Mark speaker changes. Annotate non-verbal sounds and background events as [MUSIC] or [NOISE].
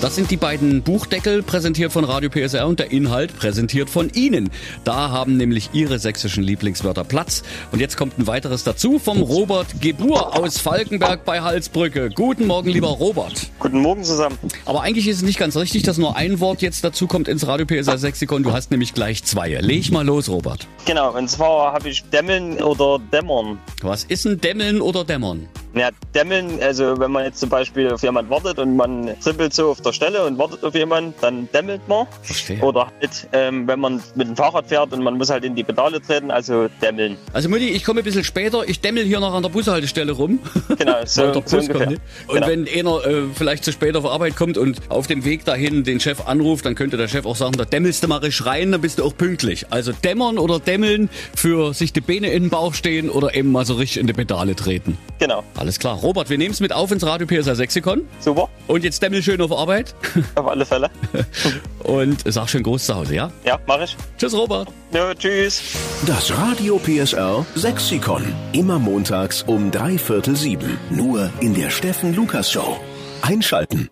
Speaker 1: Das sind die beiden Buchdeckel, präsentiert von Radio PSR und der Inhalt präsentiert von Ihnen. Da haben nämlich Ihre sächsischen Lieblingswörter Platz. Und jetzt kommt ein weiteres dazu vom Robert Gebur aus Falkenberg bei Halsbrücke. Guten Morgen, lieber Robert.
Speaker 2: Guten Morgen zusammen.
Speaker 1: Aber eigentlich ist es nicht ganz richtig, dass nur ein Wort jetzt dazu kommt ins Radio PSR Sexikon. Du hast nämlich gleich zwei. Leg mal los, Robert.
Speaker 2: Genau, und zwar habe ich Dämmeln oder Dämmern.
Speaker 1: Was ist ein Dämmeln oder Dämmern?
Speaker 2: Ja, Dämmeln, also wenn man jetzt zum Beispiel auf jemand wartet und man trippelt so auf der Stelle und wartet auf jemanden, dann dämmelt man.
Speaker 1: Verstehe.
Speaker 2: Oder halt, ähm, wenn man mit dem Fahrrad fährt und man muss halt in die Pedale treten, also dämmeln.
Speaker 1: Also Mutti, ich komme ein bisschen später. Ich dämmel hier noch an der Bushaltestelle rum. [LAUGHS]
Speaker 2: [LAUGHS] Genau, so,
Speaker 1: Weil der
Speaker 2: so
Speaker 1: Bus
Speaker 2: ungefähr.
Speaker 1: kommt, ne? Und
Speaker 2: Genau.
Speaker 1: wenn einer äh, vielleicht zu spät auf Arbeit kommt und auf dem Weg dahin den Chef anruft, dann könnte der Chef auch sagen, da dämmelst du mal richtig rein, dann bist du auch pünktlich. Also dämmern oder dämmeln für sich die Beine in den Bauch stehen oder eben mal so richtig in die Pedale treten.
Speaker 2: Genau,
Speaker 1: Alles klar. Robert, wir nehmen es mit auf ins Radio PSA Sexikon.
Speaker 2: super,
Speaker 1: Und jetzt dämmel schön auf
Speaker 2: [LAUGHS]
Speaker 1: Arbeit
Speaker 2: auf alle Fälle.
Speaker 1: und sag schön groß zu Hause, ja?
Speaker 2: Ja, mache ich.
Speaker 1: Tschüss, Robert.
Speaker 2: Ja, tschüss.
Speaker 3: Das Radio PSR Sexikon. Immer montags um drei Viertel sieben. Nur in der Steffen Lukas Show. Einschalten.